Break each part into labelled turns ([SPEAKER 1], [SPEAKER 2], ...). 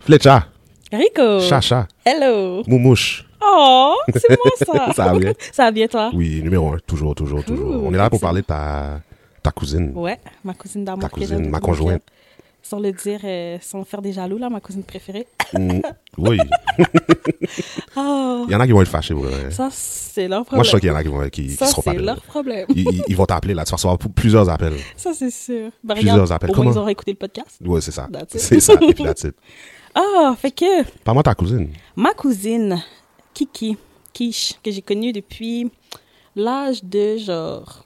[SPEAKER 1] Fletcha,
[SPEAKER 2] Rico.
[SPEAKER 1] Chacha,
[SPEAKER 2] Hello.
[SPEAKER 1] Moumouche.
[SPEAKER 2] Oh, c'est moi ça.
[SPEAKER 1] Ça va bien?
[SPEAKER 2] Ça va bien toi
[SPEAKER 1] Oui, numéro un, toujours, toujours,
[SPEAKER 2] Cool,
[SPEAKER 1] toujours. On est là pour parler
[SPEAKER 2] excellent.
[SPEAKER 1] de ta, ta cousine.
[SPEAKER 2] Ouais, ma cousine d'amour.
[SPEAKER 1] Ta
[SPEAKER 2] préférée
[SPEAKER 1] cousine,
[SPEAKER 2] de
[SPEAKER 1] ma
[SPEAKER 2] mon cœur.
[SPEAKER 1] conjointe.
[SPEAKER 2] Sans le dire, euh, sans faire des jaloux là, ma cousine préférée.
[SPEAKER 1] Mm, oui,
[SPEAKER 2] Oh,
[SPEAKER 1] il y en a qui vont être fâchés. pour vrai.
[SPEAKER 2] ça c'est leur problème.
[SPEAKER 1] Moi, je sais qu'il y en a qui, vont, qui, qui
[SPEAKER 2] ça
[SPEAKER 1] seront pas
[SPEAKER 2] c'est
[SPEAKER 1] belles.
[SPEAKER 2] leur problème.
[SPEAKER 1] Ils, ils- ils vont t'appeler là, tu vas recevoir plusieurs appels.
[SPEAKER 2] Ça c'est sûr. Bah,
[SPEAKER 1] Plusieurs
[SPEAKER 2] regarde,
[SPEAKER 1] appels.
[SPEAKER 2] Au moins
[SPEAKER 1] Comment-
[SPEAKER 2] ils auraient écouté le podcast.
[SPEAKER 1] Ouais, c'est ça.
[SPEAKER 2] That's it.
[SPEAKER 1] C'est ça, et puis that's it.
[SPEAKER 2] Ah, fait que
[SPEAKER 1] Parle-moi de ta cousine.
[SPEAKER 2] ma cousine Kiki Kish que j'ai connue depuis l'âge de genre.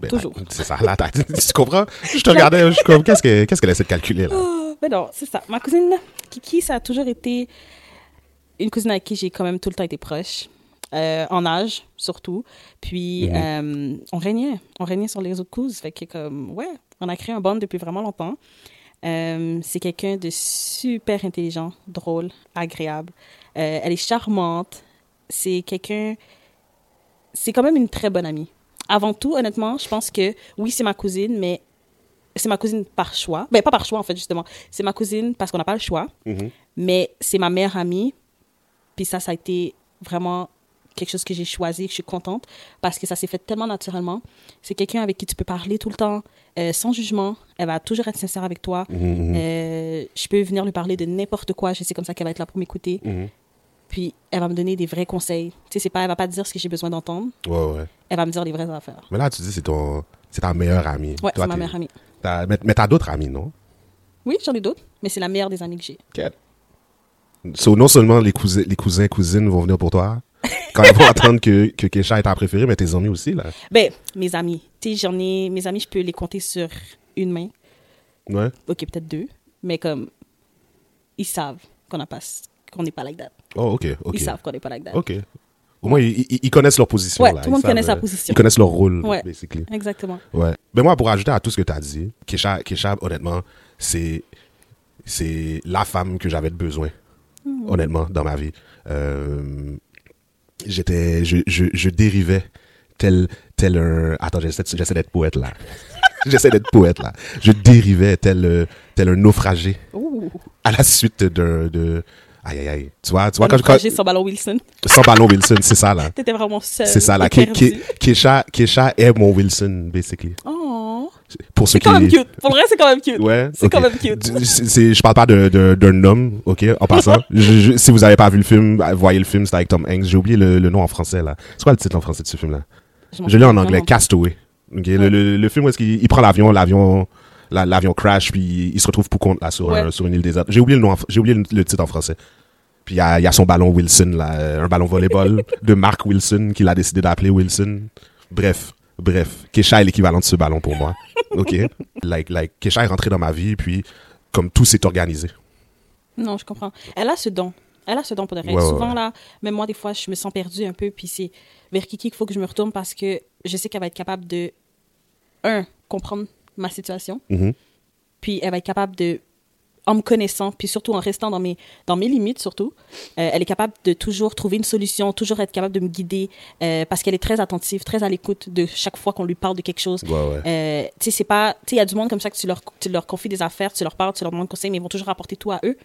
[SPEAKER 1] Ben,
[SPEAKER 2] Toujours.
[SPEAKER 1] là, C'est ça, là, t'as- tu comprends? Je te regardais, je suis comme, qu'est-ce que- qu'est-ce qu'elle essaie de calculer là?
[SPEAKER 2] Ah, ben non, c'est ça. Ma cousine Kiki, ça a toujours été une cousine avec qui j'ai quand même tout le temps été proche, euh, en âge surtout. Puis euh, on régnait, on régnait sur les autres cousins. Fait que comme, ouais, on a créé un bond depuis vraiment longtemps. Euh, c'est quelqu'un de super intelligent, drôle, agréable. Euh, elle est charmante. C'est quelqu'un. C'est quand même une très bonne amie. Avant tout, honnêtement, je pense que oui, c'est ma cousine, mais c'est ma cousine par choix. Ben, pas par choix, en fait, justement. C'est ma cousine parce qu'on n'a pas le choix.
[SPEAKER 1] Mhm.
[SPEAKER 2] Mais c'est ma meilleure amie. Puis ça, ça a été vraiment quelque chose que j'ai choisi. que Je suis contente parce que ça s'est fait tellement naturellement. C'est quelqu'un avec qui tu peux parler tout le temps, euh, sans jugement. Elle va toujours être sincère avec toi.
[SPEAKER 1] Mhm,
[SPEAKER 2] Euh, je peux venir lui parler de n'importe quoi. Je sais comme ça qu'elle va être là pour m'écouter.
[SPEAKER 1] Mhm.
[SPEAKER 2] Puis elle va me donner des vrais conseils. Tu sais, c'est pas, elle va pas dire ce que j'ai besoin d'entendre.
[SPEAKER 1] Ouais, ouais.
[SPEAKER 2] Elle va me dire les vraies affaires.
[SPEAKER 1] Mais là, tu dis, c'est ton. C'est ta meilleure amie. Toi,
[SPEAKER 2] Ouais, c'est ma
[SPEAKER 1] t'es-
[SPEAKER 2] meilleure amie.
[SPEAKER 1] t'as- mais mais t'as d'autres amis, non?
[SPEAKER 2] Oui, j'en ai d'autres, mais c'est la meilleure des amies que j'ai.
[SPEAKER 1] So, non seulement les cousins, les cousins, cousines vont venir pour toi, quand ils vont attendre que, que Kesha est ta préférée, mais tes amis aussi, là.
[SPEAKER 2] Ben, mes amis. Tu sais, j'en ai. Mes amis, je peux les compter sur une main.
[SPEAKER 1] Ouais.
[SPEAKER 2] Ok, peut-être deux. Mais comme. Ils savent qu'on n'a pas. Qu'on n'est pas like that.
[SPEAKER 1] Oh, ok, ok.
[SPEAKER 2] Ils savent qu'on n'est pas like that.
[SPEAKER 1] Ok. Au moins, ils, ils- ils connaissent leur position.
[SPEAKER 2] Ouais,
[SPEAKER 1] là.
[SPEAKER 2] tout le monde
[SPEAKER 1] Ils savent,
[SPEAKER 2] connaît sa
[SPEAKER 1] euh,
[SPEAKER 2] position.
[SPEAKER 1] Ils connaissent leur rôle,
[SPEAKER 2] Ouais.
[SPEAKER 1] basically.
[SPEAKER 2] Exactement.
[SPEAKER 1] Ouais. Mais moi, pour ajouter à tout ce que tu as dit, Kesha, Kesha honnêtement, c'est, c'est la femme que j'avais de besoin, honnêtement, dans ma vie. Euh, j'étais, je, je, je dérivais tel, tel un... Attends, j'essaie, de- j'essaie d'être poète, là. j'essaie d'être poète, là. Je dérivais tel, euh, tel un naufragé
[SPEAKER 2] Ouh.
[SPEAKER 1] à la suite d'un... De... Aïe, aïe, aïe. Tu vois, tu vois
[SPEAKER 2] Quand,
[SPEAKER 1] quand, quand...
[SPEAKER 2] sans ballon Wilson.
[SPEAKER 1] Sans ballon, Wilson, c'est ça, là.
[SPEAKER 2] T'étais vraiment seule.
[SPEAKER 1] C'est ça, là.
[SPEAKER 2] et
[SPEAKER 1] Ke-
[SPEAKER 2] perdue.
[SPEAKER 1] Ke- Kesha, Kesha est mon Wilson, basically.
[SPEAKER 2] Oh.
[SPEAKER 1] Pour ceux
[SPEAKER 2] C'est quand
[SPEAKER 1] qui...
[SPEAKER 2] même cute. Pour le reste, c'est quand même cute.
[SPEAKER 1] Ouais.
[SPEAKER 2] C'est
[SPEAKER 1] ok.
[SPEAKER 2] quand même cute.
[SPEAKER 1] Du- c'est- c'est- je parle pas de- de- d'un homme, ok, en passant. Je- je- si vous avez pas vu le film, voyez le film, c'est avec Tom Hanks. J'ai oublié le, le nom en français, là. C'est quoi le titre en français de ce film-là?
[SPEAKER 2] m'en
[SPEAKER 1] Je l'ai en
[SPEAKER 2] souviens
[SPEAKER 1] anglais,
[SPEAKER 2] vraiment pas.
[SPEAKER 1] Castaway. ok. Le, le- le film où est-ce qu'il il prend l'avion, l'avion, la- l'avion crash, puis il se retrouve pour compte, là, sur,
[SPEAKER 2] Ouais.
[SPEAKER 1] un- sur une île déserte. J'ai oublié le nom, en fr- j'ai oublié le, le titre en français. Puis il y a, il y a son ballon Wilson, là, euh, un ballon volleyball de Mark Wilson qu'il a décidé d'appeler Wilson. Bref, bref, Kesha est l'équivalent de ce ballon pour moi. OK? like, like, Kesha est rentrée dans ma vie, puis comme tout s'est organisé.
[SPEAKER 2] Non, je comprends. Elle a ce don. Elle a ce don pour de vrai.
[SPEAKER 1] Ouais, ouais,
[SPEAKER 2] Souvent,
[SPEAKER 1] ouais.
[SPEAKER 2] là, même moi, des fois, je me sens perdue un peu. Puis c'est vers Kiki qu'il faut que je me retourne parce que je sais qu'elle va être capable de, un, comprendre ma situation.
[SPEAKER 1] Mhm.
[SPEAKER 2] Puis elle va être capable de, en me connaissant, puis surtout en restant dans mes, dans mes limites, surtout, euh, elle est capable de toujours trouver une solution, toujours être capable de me guider euh, parce qu'elle est très attentive, très à l'écoute de chaque fois qu'on lui parle de quelque chose.
[SPEAKER 1] Ouais, ouais.
[SPEAKER 2] Euh, tu sais, c'est pas. Tu sais, il y a du monde comme ça que tu leur, tu leur confies des affaires, tu leur parles, tu leur demandes conseil, mais ils vont toujours rapporter tout à eux.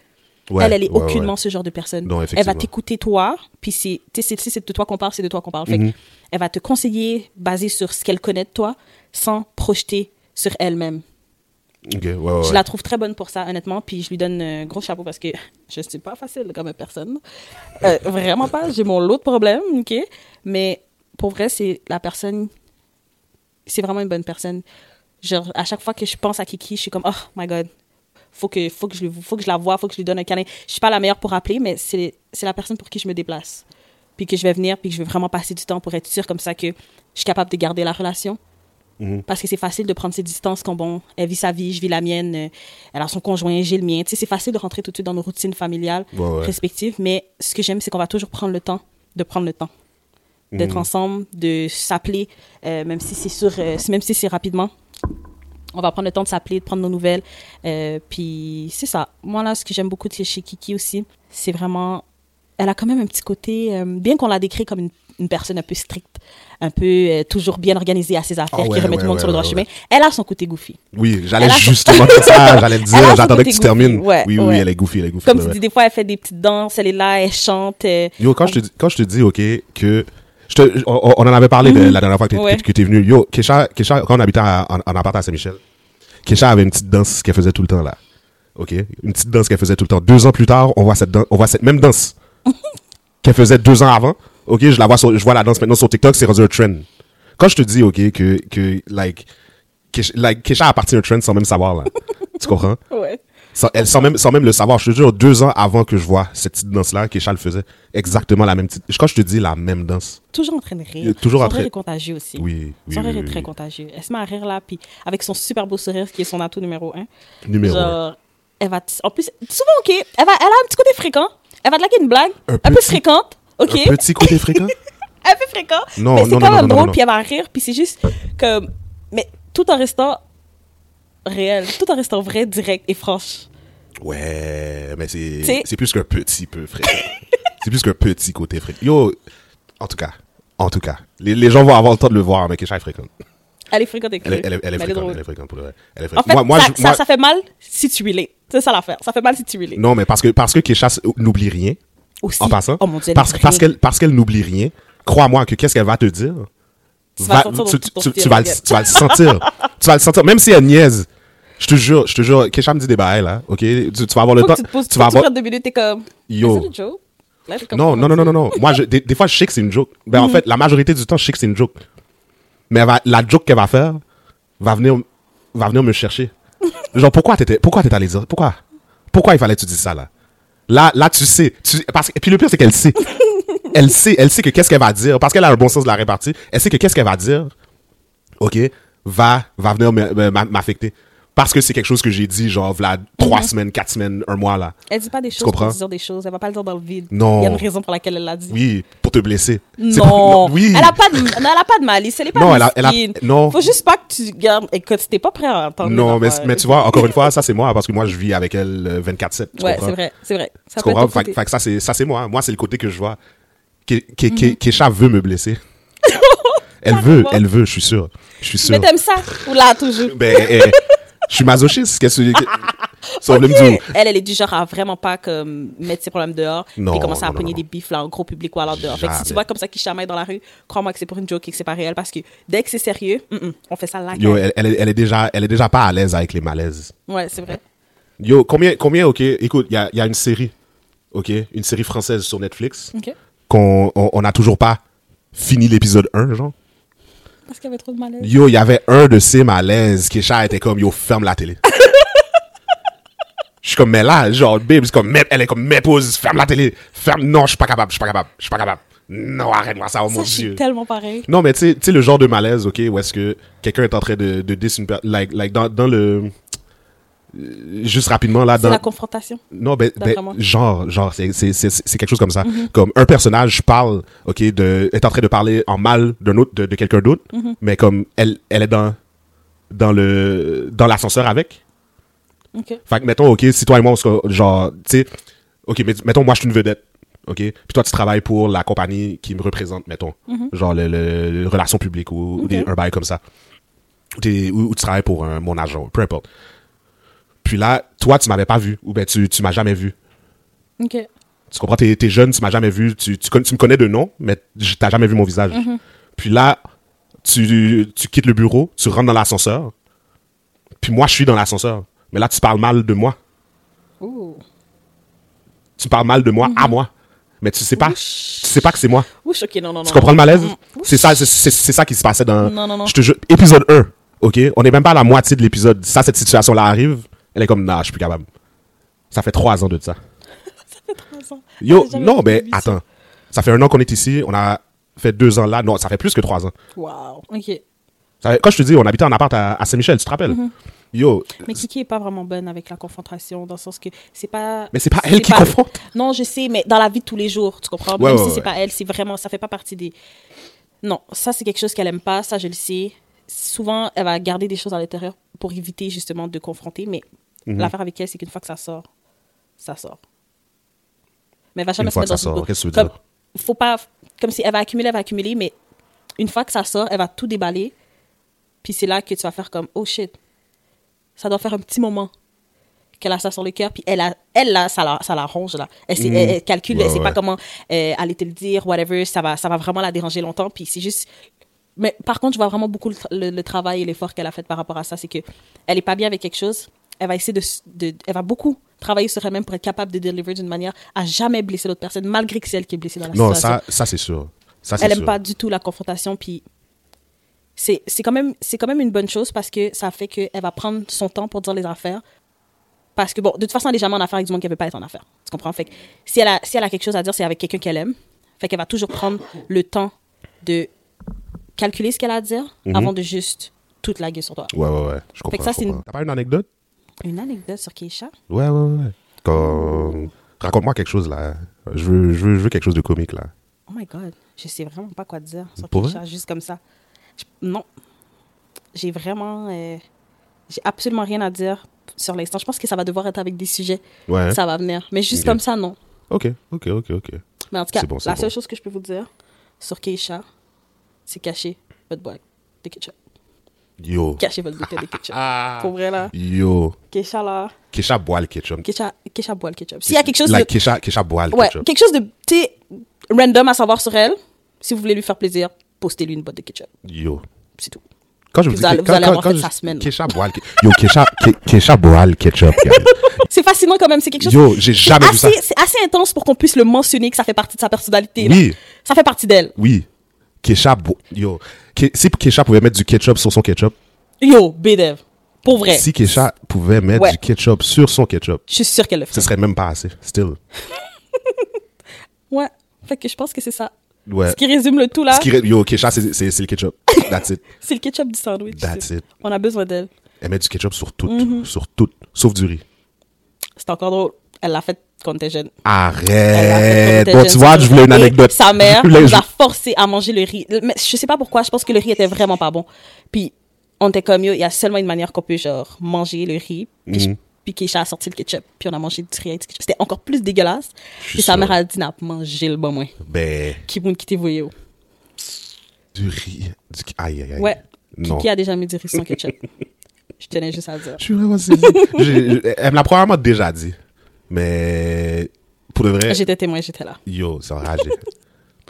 [SPEAKER 1] Ouais,
[SPEAKER 2] elle, elle est
[SPEAKER 1] ouais, ouais.
[SPEAKER 2] aucunement ce genre de personne.
[SPEAKER 1] Non,
[SPEAKER 2] elle
[SPEAKER 1] effectivement.
[SPEAKER 2] va t'écouter toi, puis c'est, tu sais, c'est- si c'est de toi qu'on parle, c'est de toi qu'on parle. Fait
[SPEAKER 1] Mhm.
[SPEAKER 2] que Elle va te conseiller basé sur ce qu'elle connaît de toi, sans projeter sur elle-même.
[SPEAKER 1] OK, ouais, ouais,
[SPEAKER 2] Je
[SPEAKER 1] ouais.
[SPEAKER 2] la trouve très bonne pour ça, honnêtement, puis je lui donne un gros chapeau parce que je suis pas facile comme personne. Euh, vraiment pas, j'ai mon lot de problèmes, OK? Mais pour vrai, c'est la personne, c'est vraiment une bonne personne. Genre, à chaque fois que je pense à Kiki, je suis comme, oh my God, faut que, faut, que je, lui- faut que je la vois, faut que je lui donne un câlin. Je suis pas la meilleure pour appeler, mais c'est c'est la personne pour qui je me déplace. Puis que je vais venir, puis que je vais vraiment passer du temps pour être sûre comme ça que je suis capable de garder la relation
[SPEAKER 1] Mhm.
[SPEAKER 2] parce que c'est facile de prendre ses distances quand bon, elle vit sa vie, je vis la mienne, euh, elle a son conjoint, j'ai le mien. Tu sais, c'est facile de rentrer tout de suite dans nos routines familiales
[SPEAKER 1] Ouais, ouais.
[SPEAKER 2] respectives, mais ce que j'aime, c'est qu'on va toujours prendre le temps de prendre le temps,
[SPEAKER 1] Mhm.
[SPEAKER 2] d'être ensemble, de s'appeler, euh, même si c'est sur, euh, même si c'est rapidement. On va prendre le temps de s'appeler, de prendre nos nouvelles. Euh, puis c'est ça. Moi, là, ce que j'aime beaucoup de chez Kiki aussi, c'est vraiment. Elle a quand même un petit côté. euh, bien qu'on la décrit comme une, une personne un peu stricte, un peu euh, toujours bien organisée à ses affaires,
[SPEAKER 1] Ah ouais,
[SPEAKER 2] qui remet
[SPEAKER 1] ouais,
[SPEAKER 2] tout le monde
[SPEAKER 1] ouais,
[SPEAKER 2] sur le droit
[SPEAKER 1] ouais,
[SPEAKER 2] chemin. Elle a son côté goofy.
[SPEAKER 1] Oui, j'allais
[SPEAKER 2] Elle a son-
[SPEAKER 1] justement dire ça. J'allais te
[SPEAKER 2] Elle a
[SPEAKER 1] dire,
[SPEAKER 2] son
[SPEAKER 1] j'attendais que
[SPEAKER 2] côté
[SPEAKER 1] tu termines.
[SPEAKER 2] goofy. Ouais,
[SPEAKER 1] oui, oui,
[SPEAKER 2] ouais.
[SPEAKER 1] elle est goofy, elle est goofy.
[SPEAKER 2] Comme
[SPEAKER 1] ouais,
[SPEAKER 2] tu
[SPEAKER 1] ouais.
[SPEAKER 2] dis, des fois, elle fait des petites danses, elle est là, elle chante. euh,
[SPEAKER 1] Yo, quand je te, dis- quand je te dis, OK, que. Je te, on, on- on en avait parlé de la dernière fois que t'es
[SPEAKER 2] Mhm. Ouais.
[SPEAKER 1] que- que t'es venu. Yo, Kesha, Kesha, quand on habitait à- en, en appart à Saint-Michel, Kesha avait une petite danse qu'elle faisait tout le temps là. OK? Une petite danse qu'elle faisait tout le temps. Deux ans plus tard, on voit cette, dan- on voit cette même danse qu'elle faisait deux ans avant. OK? Je, la vois sur- je vois la danse maintenant sur TikTok, c'est rendu un trend. Quand je te dis, OK, que, que like, Kesha, like, Kesha appartient à un trend sans même savoir là. tu comprends?
[SPEAKER 2] ouais.
[SPEAKER 1] Sans, elle, sans, même, sans même le savoir, je te jure, deux ans avant que je vois cette petite danse-là, Kesha le faisait exactement la même petite. Quand je te dis la même danse,
[SPEAKER 2] Toujours en train de
[SPEAKER 1] Il est
[SPEAKER 2] rire.
[SPEAKER 1] toujours
[SPEAKER 2] son
[SPEAKER 1] en train-
[SPEAKER 2] rire est contagieux aussi.
[SPEAKER 1] Oui, oui,
[SPEAKER 2] Son
[SPEAKER 1] oui,
[SPEAKER 2] rire
[SPEAKER 1] oui,
[SPEAKER 2] est très
[SPEAKER 1] oui.
[SPEAKER 2] contagieux. Elle se met à rire là, puis avec son super beau sourire, qui est son atout numéro un.
[SPEAKER 1] numéro un.
[SPEAKER 2] Genre, elle va. t- En plus, souvent, OK, elle, va, elle a un petit côté fréquent. Elle va te laquer une blague,
[SPEAKER 1] Un
[SPEAKER 2] un, peu
[SPEAKER 1] petit-
[SPEAKER 2] fréquente, OK?
[SPEAKER 1] Un petit côté fréquent?
[SPEAKER 2] un peu fréquent.
[SPEAKER 1] Non,
[SPEAKER 2] mais c'est
[SPEAKER 1] non, non, non,
[SPEAKER 2] quand
[SPEAKER 1] non,
[SPEAKER 2] même
[SPEAKER 1] non,
[SPEAKER 2] drôle,
[SPEAKER 1] non.
[SPEAKER 2] puis elle va rire, puis c'est juste comme. Mais tout en restant réel, tout en restant vrai, direct et franche.
[SPEAKER 1] Ouais, mais c'est
[SPEAKER 2] T'sais-
[SPEAKER 1] c'est plus qu'un petit peu fréquent. c'est plus qu'un petit côté fréquent. Yo, en tout cas, en tout cas, les, les gens vont avoir le temps de le voir, mais Kesha est fréquente.
[SPEAKER 2] Elle est fréquente et
[SPEAKER 1] Elle, est-
[SPEAKER 2] crue,
[SPEAKER 1] elle, est- elle est
[SPEAKER 2] mais elle est
[SPEAKER 1] fréquente,
[SPEAKER 2] drôle.
[SPEAKER 1] elle est fréquente pour le vrai. Elle est
[SPEAKER 2] En
[SPEAKER 1] fréquente.
[SPEAKER 2] fait, ça,
[SPEAKER 1] je-
[SPEAKER 2] ça, ça fait mal si tu relates. C'est ça l'affaire. Ça fait mal si tu relates.
[SPEAKER 1] Non, mais parce que, parce que Kesha s- n'oublie rien,
[SPEAKER 2] Aussi.
[SPEAKER 1] en passant,
[SPEAKER 2] Oh mon Dieu, elle
[SPEAKER 1] parce,
[SPEAKER 2] est
[SPEAKER 1] parce
[SPEAKER 2] brillante.
[SPEAKER 1] qu'elle parce qu'elle n'oublie rien, crois-moi que qu'est-ce qu'elle va te dire,
[SPEAKER 2] Tu
[SPEAKER 1] Va-
[SPEAKER 2] vas sentir dans
[SPEAKER 1] tu,
[SPEAKER 2] tout
[SPEAKER 1] tu-
[SPEAKER 2] ton
[SPEAKER 1] tu- tu
[SPEAKER 2] style,
[SPEAKER 1] vas le,
[SPEAKER 2] regarde.
[SPEAKER 1] tu vas le sentir. tu vas le sentir. Même si elle niaise. Je te jure, je te jure, Kesha me dit des bails, là, ok? Tu, tu vas avoir le
[SPEAKER 2] Faut
[SPEAKER 1] temps.
[SPEAKER 2] que tu te poses,
[SPEAKER 1] tu vas
[SPEAKER 2] faut que tu
[SPEAKER 1] avoir.
[SPEAKER 2] prennes deux minutes, t'es comme.
[SPEAKER 1] Yo.
[SPEAKER 2] Is it a joke? Là, t'es comme,
[SPEAKER 1] Non, non, non, non, non, non. Moi, je- des, des fois, je sais que c'est une joke. Ben,
[SPEAKER 2] Mm.
[SPEAKER 1] en fait, la majorité du temps, je sais que c'est une joke. Mais elle va- la joke qu'elle va faire va venir, va venir me chercher. Genre, pourquoi t'étais, pourquoi t'es allé dire, pourquoi? Pourquoi il fallait que tu dises ça, là? Là, là, tu sais. Tu, parce, que- puis le pire, c'est qu'elle sait. Elle sait, elle sait que qu'est-ce qu'elle va dire. Parce qu'elle a un bon sens de la répartie. Elle sait que qu'est-ce qu'elle va dire. OK, va, va venir me- me- m'a- m'affecter. Parce que c'est quelque chose que j'ai dit, genre, voilà, trois
[SPEAKER 2] Mm-hmm.
[SPEAKER 1] semaines, quatre semaines, un mois, là.
[SPEAKER 2] Elle dit pas des choses
[SPEAKER 1] comprends?
[SPEAKER 2] pour dire des choses. Elle va pas le dire dans le vide.
[SPEAKER 1] Non.
[SPEAKER 2] Il y a une raison pour laquelle elle l'a dit.
[SPEAKER 1] Oui, pour te blesser. C'est
[SPEAKER 2] Non.
[SPEAKER 1] pas- oui.
[SPEAKER 2] Elle a pas de, non, elle a pas de malice. Elle est pas
[SPEAKER 1] Non,
[SPEAKER 2] non,
[SPEAKER 1] elle a- elle a- non.
[SPEAKER 2] Faut juste pas que tu gardes, écoute, si t'es pas prêt à entendre.
[SPEAKER 1] Non,
[SPEAKER 2] les
[SPEAKER 1] mais,
[SPEAKER 2] affaires.
[SPEAKER 1] mais tu vois, encore une fois, ça c'est moi, parce que moi je vis avec elle euh, 24-7. tu
[SPEAKER 2] Ouais,
[SPEAKER 1] comprends?
[SPEAKER 2] c'est vrai, c'est vrai. Ça
[SPEAKER 1] Tu
[SPEAKER 2] peut être
[SPEAKER 1] comprends?
[SPEAKER 2] ton
[SPEAKER 1] Fait,
[SPEAKER 2] côté.
[SPEAKER 1] fait que ça c'est, ça c'est moi. Moi c'est le côté que je vois. Ke- Ke-
[SPEAKER 2] Mhm.
[SPEAKER 1] Ke- Kesha veut me blesser. elle veut,
[SPEAKER 2] Carrément.
[SPEAKER 1] elle veut, je suis sûr. Je suis sûr.
[SPEAKER 2] Mais t'aimes ça? Ou là, toujours?
[SPEAKER 1] Ben, eh, je suis masochiste. Qu'est-ce que tu Ça voulait me dire.
[SPEAKER 2] Elle, elle est du genre à vraiment pas comme, mettre ses problèmes dehors et
[SPEAKER 1] Non,
[SPEAKER 2] commencer
[SPEAKER 1] non,
[SPEAKER 2] à
[SPEAKER 1] non,
[SPEAKER 2] pogner
[SPEAKER 1] non.
[SPEAKER 2] des bifs là, en gros public ou alors dehors. Fait que si
[SPEAKER 1] Jamais.
[SPEAKER 2] tu vois comme ça qui chamaille dans la rue, crois-moi que c'est pour une joke et que c'est pas réel parce que dès que c'est sérieux, mm, mm, on fait ça là.
[SPEAKER 1] Yo,
[SPEAKER 2] quand-
[SPEAKER 1] elle, elle est- elle est déjà, elle est déjà pas à l'aise avec les malaises.
[SPEAKER 2] Ouais, c'est vrai.
[SPEAKER 1] Yo, combien, combien, ok, écoute, il y a, il y a une série, ok, une série française sur Netflix,
[SPEAKER 2] Ok.
[SPEAKER 1] qu'on on on n'a toujours pas fini l'épisode 1, genre.
[SPEAKER 2] Parce qu'il y avait trop de malaise.
[SPEAKER 1] Yo, il y avait un de ces malaises. Kesha était comme, yo, ferme la télé. Je suis comme, mais là, genre, babe, c'est comme, mais- elle est comme, mais pause, ferme la télé. Ferme, non, je suis pas capable, je suis pas capable, je suis pas capable. Non, arrête-moi ça, oh mon
[SPEAKER 2] Ça, je suis
[SPEAKER 1] dieu.
[SPEAKER 2] tellement pareil.
[SPEAKER 1] Non, mais tu sais- tu sais, le genre de malaise, ok, où est-ce que quelqu'un est en train de, de dis une per- like, like, dans, dans le. Euh, Juste rapidement, là,
[SPEAKER 2] C'est
[SPEAKER 1] dans.
[SPEAKER 2] la confrontation.
[SPEAKER 1] Non, ben, ben,
[SPEAKER 2] D'après moi. Mhm.
[SPEAKER 1] genre, genre, c'est, c'est, c'est, c'est quelque chose comme ça. Comme un personnage parle, ok, de, est en train de parler en mal d'un autre, de, de quelqu'un d'autre,
[SPEAKER 2] Mhm.
[SPEAKER 1] mais comme elle, elle est dans, dans le, dans l'ascenseur avec.
[SPEAKER 2] Ok.
[SPEAKER 1] Fait que, mettons, ok, si toi et moi, on sera, genre, tu sais, ok, mais mettons, moi, je suis une vedette, ok, puis toi, tu travailles pour la compagnie qui me représente, mettons, genre, le, le, le relations publiques ou, ou des-
[SPEAKER 2] Mhm. Ok.
[SPEAKER 1] un bail comme ça, ou, des- ou- ou tu travailles pour un- mon agent, peu importe. Puis là, toi, tu m'avais pas vu, ou ben, tu, tu m'as jamais vu.
[SPEAKER 2] Ok.
[SPEAKER 1] Tu comprends, t'es, t'es jeune, tu m'as jamais vu, tu, tu, con- tu me connais de nom, mais je- t'as jamais vu mon visage.
[SPEAKER 2] Mm-hmm.
[SPEAKER 1] Puis là, tu, tu quittes le bureau, tu rentres dans l'ascenseur, puis moi, je suis dans l'ascenseur. Mais là, tu parles mal de moi
[SPEAKER 2] Ouh.
[SPEAKER 1] tu parles mal de moi
[SPEAKER 2] Mm-hmm.
[SPEAKER 1] à moi. Mais tu sais pas, tu sais pas que c'est moi.
[SPEAKER 2] Ouh, ok, non, non, non. Mm.
[SPEAKER 1] Tu comprends le malaise?
[SPEAKER 2] Ouh.
[SPEAKER 1] C'est ça, c'est- c'est c'est ça qui se passait dans.
[SPEAKER 2] Mm-hmm. Non, non, non.
[SPEAKER 1] Je te jure, épisode 1, ok? On n'est même pas à la moitié de l'épisode. Ça, cette situation-là arrive. Elle est comme, nah, je suis plus capable. Ça fait trois ans de ça.
[SPEAKER 2] Ça fait trois ans.
[SPEAKER 1] Yo,
[SPEAKER 2] Ah, j'ai jamais
[SPEAKER 1] non, mais
[SPEAKER 2] vu ça.
[SPEAKER 1] attends. Ça fait un an qu'on est ici. On a fait deux ans là. Non, ça fait plus que trois ans.
[SPEAKER 2] Wow. Ok.
[SPEAKER 1] Ça fait- quand je te dis, on habitait en appart à, à Saint-Michel, tu te rappelles?
[SPEAKER 2] Mm-hmm.
[SPEAKER 1] Yo,
[SPEAKER 2] Mais Kiki est pas vraiment bonne avec la confrontation, dans le sens que c'est pas.
[SPEAKER 1] Mais c'est pas elle qui confronte.
[SPEAKER 2] Non, je sais, mais dans la vie de tous les jours, tu comprends.
[SPEAKER 1] Ouais,
[SPEAKER 2] Même
[SPEAKER 1] ouais,
[SPEAKER 2] si
[SPEAKER 1] ouais.
[SPEAKER 2] c'est pas elle, c'est vraiment, ça fait pas partie des. Non, ça c'est quelque chose qu'elle aime pas, ça je le sais. Souvent, elle va garder des choses à l'intérieur pour éviter justement de confronter, mais
[SPEAKER 1] Mhm.
[SPEAKER 2] l'affaire avec elle, c'est qu'une fois que ça sort, ça sort. Mais elle va jamais
[SPEAKER 1] Une fois
[SPEAKER 2] se mettre
[SPEAKER 1] que ça
[SPEAKER 2] dans
[SPEAKER 1] sort,
[SPEAKER 2] une boucle.
[SPEAKER 1] qu'est-ce que tu veux
[SPEAKER 2] Comme-
[SPEAKER 1] dire?
[SPEAKER 2] faut pas. Comme si elle va accumuler, elle va accumuler, mais une fois que ça sort, elle va tout déballer. Puis c'est là que tu vas faire comme oh shit. Ça doit faire un petit moment qu'elle a ça sur le cœur. Puis elle, a, elle là, ça la, ça la ronge, là. Elle, sait-
[SPEAKER 1] Mm.
[SPEAKER 2] elle- elle calcule,
[SPEAKER 1] Ouais,
[SPEAKER 2] elle sait pas
[SPEAKER 1] ouais.
[SPEAKER 2] comment euh, aller te le dire, whatever. Ça va, ça va vraiment la déranger longtemps. Puis c'est juste. Mais par contre, je vois vraiment beaucoup le, tra- le- le travail et l'effort qu'elle a fait par rapport à ça. C'est que elle est pas bien avec quelque chose. Elle va essayer de, s- de- Elle va beaucoup travailler sur elle-même pour être capable de deliver d'une manière à jamais blesser l'autre personne, malgré que c'est elle qui est blessée dans la
[SPEAKER 1] Non,
[SPEAKER 2] situation
[SPEAKER 1] ça, ça c'est sûr. Ça, c'est
[SPEAKER 2] elle aime
[SPEAKER 1] sûr.
[SPEAKER 2] pas du tout la confrontation puis c'est c'est quand même c'est quand même une bonne chose parce que ça fait que elle va prendre son temps pour dire les affaires parce que bon de toute façon elle est jamais en affaires avec du monde qui veut pas être en affaires tu comprends fait que si elle a si elle a quelque chose à dire c'est avec quelqu'un qu'elle aime fait qu'elle va toujours prendre le temps de calculer ce qu'elle a à dire
[SPEAKER 1] Mhm.
[SPEAKER 2] avant de juste tout laguer sur toi
[SPEAKER 1] Ouais, ouais, ouais. Je comprends.
[SPEAKER 2] que ça,
[SPEAKER 1] je
[SPEAKER 2] c'est une-
[SPEAKER 1] comprends. T'as pas une anecdote?
[SPEAKER 2] une anecdote sur Keisha
[SPEAKER 1] Ouais, ouais, ouais. Quand- Raconte-moi quelque chose, là. Je veux, je, veux, je veux quelque chose de comique, là.
[SPEAKER 2] oh my god je sais vraiment pas quoi dire sur
[SPEAKER 1] Pour
[SPEAKER 2] Keisha juste comme ça Je- non j'ai vraiment euh, j'ai absolument rien à dire sur l'instant je pense que ça va devoir être avec des sujets
[SPEAKER 1] Ouais.
[SPEAKER 2] ça va venir. Mais juste
[SPEAKER 1] Hein? Ok.
[SPEAKER 2] comme ça, non.
[SPEAKER 1] Ok, ok, ok, ok.
[SPEAKER 2] Mais en tout cas,
[SPEAKER 1] C'est bon, c'est
[SPEAKER 2] la
[SPEAKER 1] bon.
[SPEAKER 2] seule chose que je peux vous dire sur Keisha, c'est cacher votre boîte de ketchup.
[SPEAKER 1] Yo.
[SPEAKER 2] Cachez votre bouteille de ketchup.
[SPEAKER 1] Ah.
[SPEAKER 2] Pour vrai, là.
[SPEAKER 1] Yo.
[SPEAKER 2] Keisha, là.
[SPEAKER 1] Kesha boit le ketchup.
[SPEAKER 2] Keisha, Keisha boit le ketchup. S'il y a quelque chose
[SPEAKER 1] Like,
[SPEAKER 2] de.
[SPEAKER 1] Kesha, Kesha boit le
[SPEAKER 2] Ouais,
[SPEAKER 1] ketchup.
[SPEAKER 2] quelque chose de. Tu sais, random à savoir sur elle, si vous voulez lui faire plaisir, postez-lui une boîte de ketchup.
[SPEAKER 1] Yo.
[SPEAKER 2] C'est tout.
[SPEAKER 1] Quand je
[SPEAKER 2] Vous
[SPEAKER 1] vous dis
[SPEAKER 2] allez-
[SPEAKER 1] que-
[SPEAKER 2] vous allez avoir fait
[SPEAKER 1] je-
[SPEAKER 2] sa semaine.
[SPEAKER 1] Kesha boit le ketchup. Yo, Kesha, Ke- Kesha boit le ketchup, guys.
[SPEAKER 2] C'est fascinant quand même. C'est quelque chose.
[SPEAKER 1] Yo, j'ai
[SPEAKER 2] c'est
[SPEAKER 1] jamais vu ça.
[SPEAKER 2] assez- C'est assez intense pour qu'on puisse le mentionner, que ça fait partie de sa personnalité. là.
[SPEAKER 1] Oui.
[SPEAKER 2] Ça fait partie d'elle.
[SPEAKER 1] Oui. Kesha boit. Yo. Ke- Si Kesha pouvait mettre du ketchup sur son ketchup,
[SPEAKER 2] Yo, Bédev. Pour vrai.
[SPEAKER 1] si Kesha pouvait mettre
[SPEAKER 2] Ouais.
[SPEAKER 1] du ketchup sur son ketchup,
[SPEAKER 2] Je suis sûre qu'elle le fait.
[SPEAKER 1] ce serait même pas assez. Still.
[SPEAKER 2] Ouais. Fait que je pense que c'est ça.
[SPEAKER 1] Ouais.
[SPEAKER 2] Ce qui résume le tout là,
[SPEAKER 1] Ce qui ré- Yo, Kesha, c'est c'est- c'est le ketchup. That's it.
[SPEAKER 2] c'est le ketchup du sandwich.
[SPEAKER 1] That's it.
[SPEAKER 2] On a besoin d'elle.
[SPEAKER 1] Elle met du ketchup sur tout.
[SPEAKER 2] Mm-hmm.
[SPEAKER 1] Sur tout. Sauf du riz.
[SPEAKER 2] C'est encore drôle. Elle l'a fait quand t'es jeune. Elle l'a fait
[SPEAKER 1] Arrête.
[SPEAKER 2] quand
[SPEAKER 1] Euh, Bon,
[SPEAKER 2] t'es
[SPEAKER 1] tu
[SPEAKER 2] jeune.
[SPEAKER 1] vois, je voulais une
[SPEAKER 2] Et
[SPEAKER 1] anecdote.
[SPEAKER 2] Sa mère
[SPEAKER 1] Je voulais-
[SPEAKER 2] nous
[SPEAKER 1] je-
[SPEAKER 2] a forcé à manger le riz. Mais je sais pas pourquoi, je pense que le riz était vraiment pas bon. Puis on était comme yo, il y a seulement une manière qu'on peut genre manger le riz. Puis,
[SPEAKER 1] Mhm.
[SPEAKER 2] je- puis Keisha a sorti le ketchup, puis on a mangé du riz avec du ketchup. C'était encore plus dégueulasse.
[SPEAKER 1] suis
[SPEAKER 2] Puis sa
[SPEAKER 1] sûr.
[SPEAKER 2] mère a dit n'a pas mangé le bon moins.
[SPEAKER 1] Ben,
[SPEAKER 2] Qui vous quitter vous yo.
[SPEAKER 1] du riz. Du... Aïe, aïe, aïe.
[SPEAKER 2] Ouais.
[SPEAKER 1] Non.
[SPEAKER 2] Qui a déjà mis du riz sans ketchup Je tenais juste à le dire.
[SPEAKER 1] Je suis vraiment saisie. J'ai- j'ai- Elle me l'a probablement déjà dit. Mais pour de vrai,
[SPEAKER 2] J'étais témoin, j'étais là.
[SPEAKER 1] yo, c'est enragé.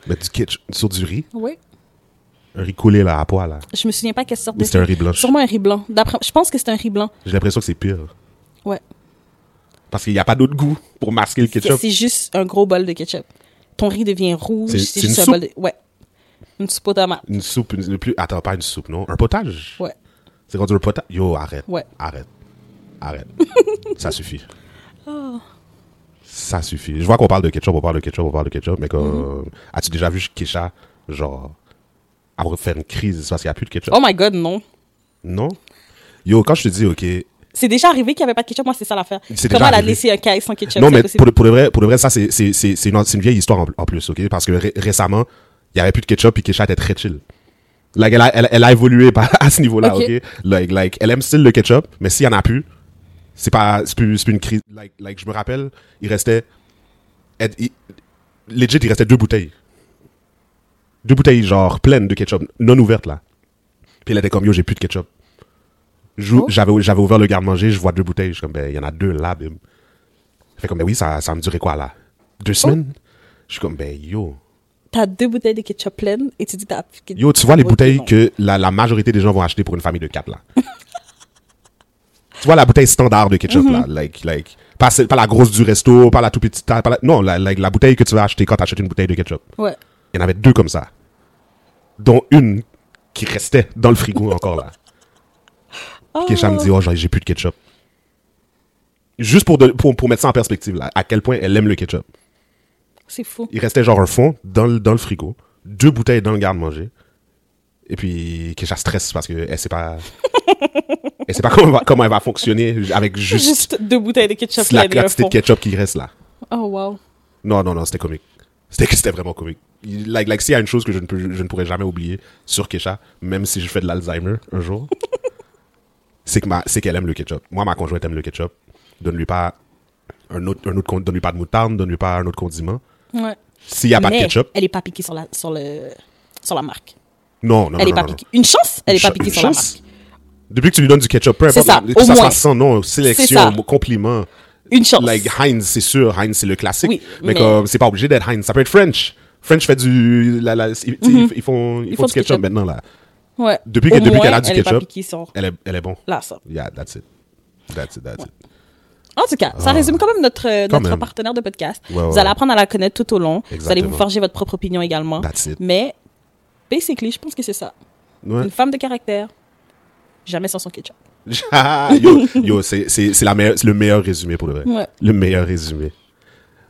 [SPEAKER 1] Mais du ketchup sur du riz,
[SPEAKER 2] Oui.
[SPEAKER 1] un riz coulé là, à poil là.
[SPEAKER 2] Je me souviens pas quelle sorte
[SPEAKER 1] Ou
[SPEAKER 2] de.
[SPEAKER 1] c'était un riz blanc.
[SPEAKER 2] Sûrement un riz blanc. D'après, je pense que c'est un riz blanc.
[SPEAKER 1] J'ai l'impression que c'est pire.
[SPEAKER 2] Ouais.
[SPEAKER 1] Parce qu'il n'y a pas d'autre goût pour masquer le ketchup.
[SPEAKER 2] C'est juste un gros bol de ketchup. Ton riz devient rouge.
[SPEAKER 1] C'est- c'est
[SPEAKER 2] C'est, juste
[SPEAKER 1] une
[SPEAKER 2] un
[SPEAKER 1] soupe?
[SPEAKER 2] bol de. Ouais. Une soupe aux tomates.
[SPEAKER 1] Une soupe, une, une plus. Attends, pas une soupe, non? Un potage.
[SPEAKER 2] Ouais.
[SPEAKER 1] C'est rendu un potage. Yo, arrête.
[SPEAKER 2] Ouais.
[SPEAKER 1] Arrête. Arrête. Ça suffit.
[SPEAKER 2] Oh.
[SPEAKER 1] Ça suffit. Je vois qu'on parle de ketchup, on parle de ketchup, on parle de ketchup, mais comme.
[SPEAKER 2] Mm-hmm.
[SPEAKER 1] As-tu déjà vu Kesha, genre, avoir fait une crise parce qu'il n'y a plus de ketchup?
[SPEAKER 2] Oh my god, non.
[SPEAKER 1] Non? Yo, quand je te dis, OK.
[SPEAKER 2] C'est déjà arrivé qu'il n'y avait pas de ketchup. Moi, c'est ça l'affaire.
[SPEAKER 1] C'est
[SPEAKER 2] Comment
[SPEAKER 1] déjà
[SPEAKER 2] elle a
[SPEAKER 1] arrivé.
[SPEAKER 2] laissé un caille sans ketchup
[SPEAKER 1] non,
[SPEAKER 2] c'est
[SPEAKER 1] mais
[SPEAKER 2] impossible.
[SPEAKER 1] pour, le- pour, le vrai, pour le vrai, ça, c'est c'est- c'est- c'est une, c'est une vieille histoire en, en plus, OK? Parce que ré- récemment, il n'y avait plus de ketchup, puis Kesha était très chill. Like, elle, a, elle, elle a évolué par- à ce niveau-là, OK?
[SPEAKER 2] Ok.
[SPEAKER 1] Like, like, elle aime still le ketchup, mais s'il n'y en a plus, c'est pas c'est plus, c'est plus une crise. Like, like, je me rappelle, il restait... elle- il- legit, il restait deux bouteilles. Deux bouteilles, genre, pleines de ketchup, non ouvertes, là. Puis elle était comme, yo, j'ai plus de ketchup. Je-
[SPEAKER 2] Oh.
[SPEAKER 1] J'avais j'avais ouvert le garde-manger, je vois deux bouteilles. Je suis comme, ben, il y en a deux là, bim. Fait comme, ben oui, ça, ça me durait quoi, là?
[SPEAKER 2] Oh.
[SPEAKER 1] Deux semaines? Je suis comme, ben, yo.
[SPEAKER 2] T'as deux bouteilles de ketchup pleines et tu dis t'as.
[SPEAKER 1] Yo, tu vois les
[SPEAKER 2] Ok,
[SPEAKER 1] bouteilles
[SPEAKER 2] non.
[SPEAKER 1] que la, la majorité des gens vont acheter pour une famille de quatre, là. tu vois la bouteille standard de ketchup, là. Like, like. Pas, celle- pas la grosse du resto, pas la tout petite. Pas la- non, la, like, la bouteille que tu vas acheter quand t'achètes une bouteille de ketchup.
[SPEAKER 2] Ouais.
[SPEAKER 1] Il y en avait deux comme ça. Dont une qui restait dans le frigo encore là. Puis Kesha me dit, oh, j'ai j'ai plus de ketchup. Juste pour, de- pour, pour mettre ça en perspective, là, à quel point elle aime le ketchup.
[SPEAKER 2] C'est fou.
[SPEAKER 1] Il restait genre un fond dans le, dans le frigo, deux bouteilles dans le garde-manger. Et puis Kesha stresse parce qu'elle sait pas. elle sait pas comment, elle va- comment elle va fonctionner avec juste,
[SPEAKER 2] Juste deux bouteilles de ketchup
[SPEAKER 1] la
[SPEAKER 2] pleines et un
[SPEAKER 1] quantité de
[SPEAKER 2] fond.
[SPEAKER 1] ketchup qui reste là.
[SPEAKER 2] Oh wow.
[SPEAKER 1] Non, non, non, c'était comique. C'était c'était vraiment comique. Il- Like, like, s'il y a une chose que je ne, peux, je ne pourrais jamais oublier sur Kesha, même si je fais de l'Alzheimer un jour, c'est que ma- c'est qu'elle aime le ketchup. Moi, ma conjointe aime le ketchup. Donne-lui pas un autre, un autre, con- donne-lui pas de moutarde, donne-lui pas un autre condiment.
[SPEAKER 2] Ouais.
[SPEAKER 1] S'il n'y a pas de
[SPEAKER 2] Mais
[SPEAKER 1] ketchup. Oh
[SPEAKER 2] Elle est pas piquée sur la, sur le, sur la marque.
[SPEAKER 1] Non, non, non,
[SPEAKER 2] elle est
[SPEAKER 1] non,
[SPEAKER 2] pas
[SPEAKER 1] non, non.
[SPEAKER 2] piquée. Une chance, elle est pas
[SPEAKER 1] Une
[SPEAKER 2] piquée
[SPEAKER 1] cha-
[SPEAKER 2] sur
[SPEAKER 1] une
[SPEAKER 2] la
[SPEAKER 1] chance.
[SPEAKER 2] marque.
[SPEAKER 1] Depuis que tu lui donnes du ketchup, peu
[SPEAKER 2] C'est
[SPEAKER 1] importe,
[SPEAKER 2] ça,
[SPEAKER 1] que
[SPEAKER 2] au
[SPEAKER 1] ça
[SPEAKER 2] moins.
[SPEAKER 1] soit sans nom,
[SPEAKER 2] ça.
[SPEAKER 1] sélection, compliment.
[SPEAKER 2] Une chance.
[SPEAKER 1] Like Heinz, c'est sûr, Heinz c'est le classique.
[SPEAKER 2] Oui,
[SPEAKER 1] mais,
[SPEAKER 2] mais-
[SPEAKER 1] comme c'est pas obligé d'être Heinz, ça peut être French. French fait du. La, la- ils,
[SPEAKER 2] Mhm.
[SPEAKER 1] ils font, ils font du ketchup, maintenant là.
[SPEAKER 2] Ouais.
[SPEAKER 1] Depuis
[SPEAKER 2] Au
[SPEAKER 1] que- depuis
[SPEAKER 2] moins,
[SPEAKER 1] qu'elle a du
[SPEAKER 2] elle est pas
[SPEAKER 1] ketchup.
[SPEAKER 2] piquée sur
[SPEAKER 1] Elle est, elle est bon.
[SPEAKER 2] la sorte.
[SPEAKER 1] Yeah, that's it. That's it, that's it.
[SPEAKER 2] En tout cas, ça résume quand même notre, euh,
[SPEAKER 1] Ah. Quand
[SPEAKER 2] notre
[SPEAKER 1] même.
[SPEAKER 2] partenaire de podcast.
[SPEAKER 1] Ouais, ouais,
[SPEAKER 2] vous
[SPEAKER 1] ouais.
[SPEAKER 2] allez apprendre à la connaître tout au long. Vous allez vous
[SPEAKER 1] Exactement.
[SPEAKER 2] forger votre propre opinion également.
[SPEAKER 1] That's it.
[SPEAKER 2] Mais, basically, je pense que c'est ça.
[SPEAKER 1] Ouais.
[SPEAKER 2] Une femme de caractère, jamais sans son ketchup.
[SPEAKER 1] yo, yo c'est- c'est c'est la meilleure- c'est le meilleur résumé pour le vrai.
[SPEAKER 2] Ouais.
[SPEAKER 1] Le meilleur résumé.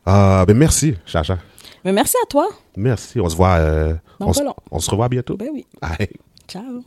[SPEAKER 1] Ah, ben merci, Chacha.
[SPEAKER 2] Mais merci à toi.
[SPEAKER 1] Merci. On se voit. euh,
[SPEAKER 2] Dans
[SPEAKER 1] on,
[SPEAKER 2] pas
[SPEAKER 1] se-
[SPEAKER 2] long.
[SPEAKER 1] on se revoit bientôt.
[SPEAKER 2] Ben oui.
[SPEAKER 1] Aïe.
[SPEAKER 2] Ciao.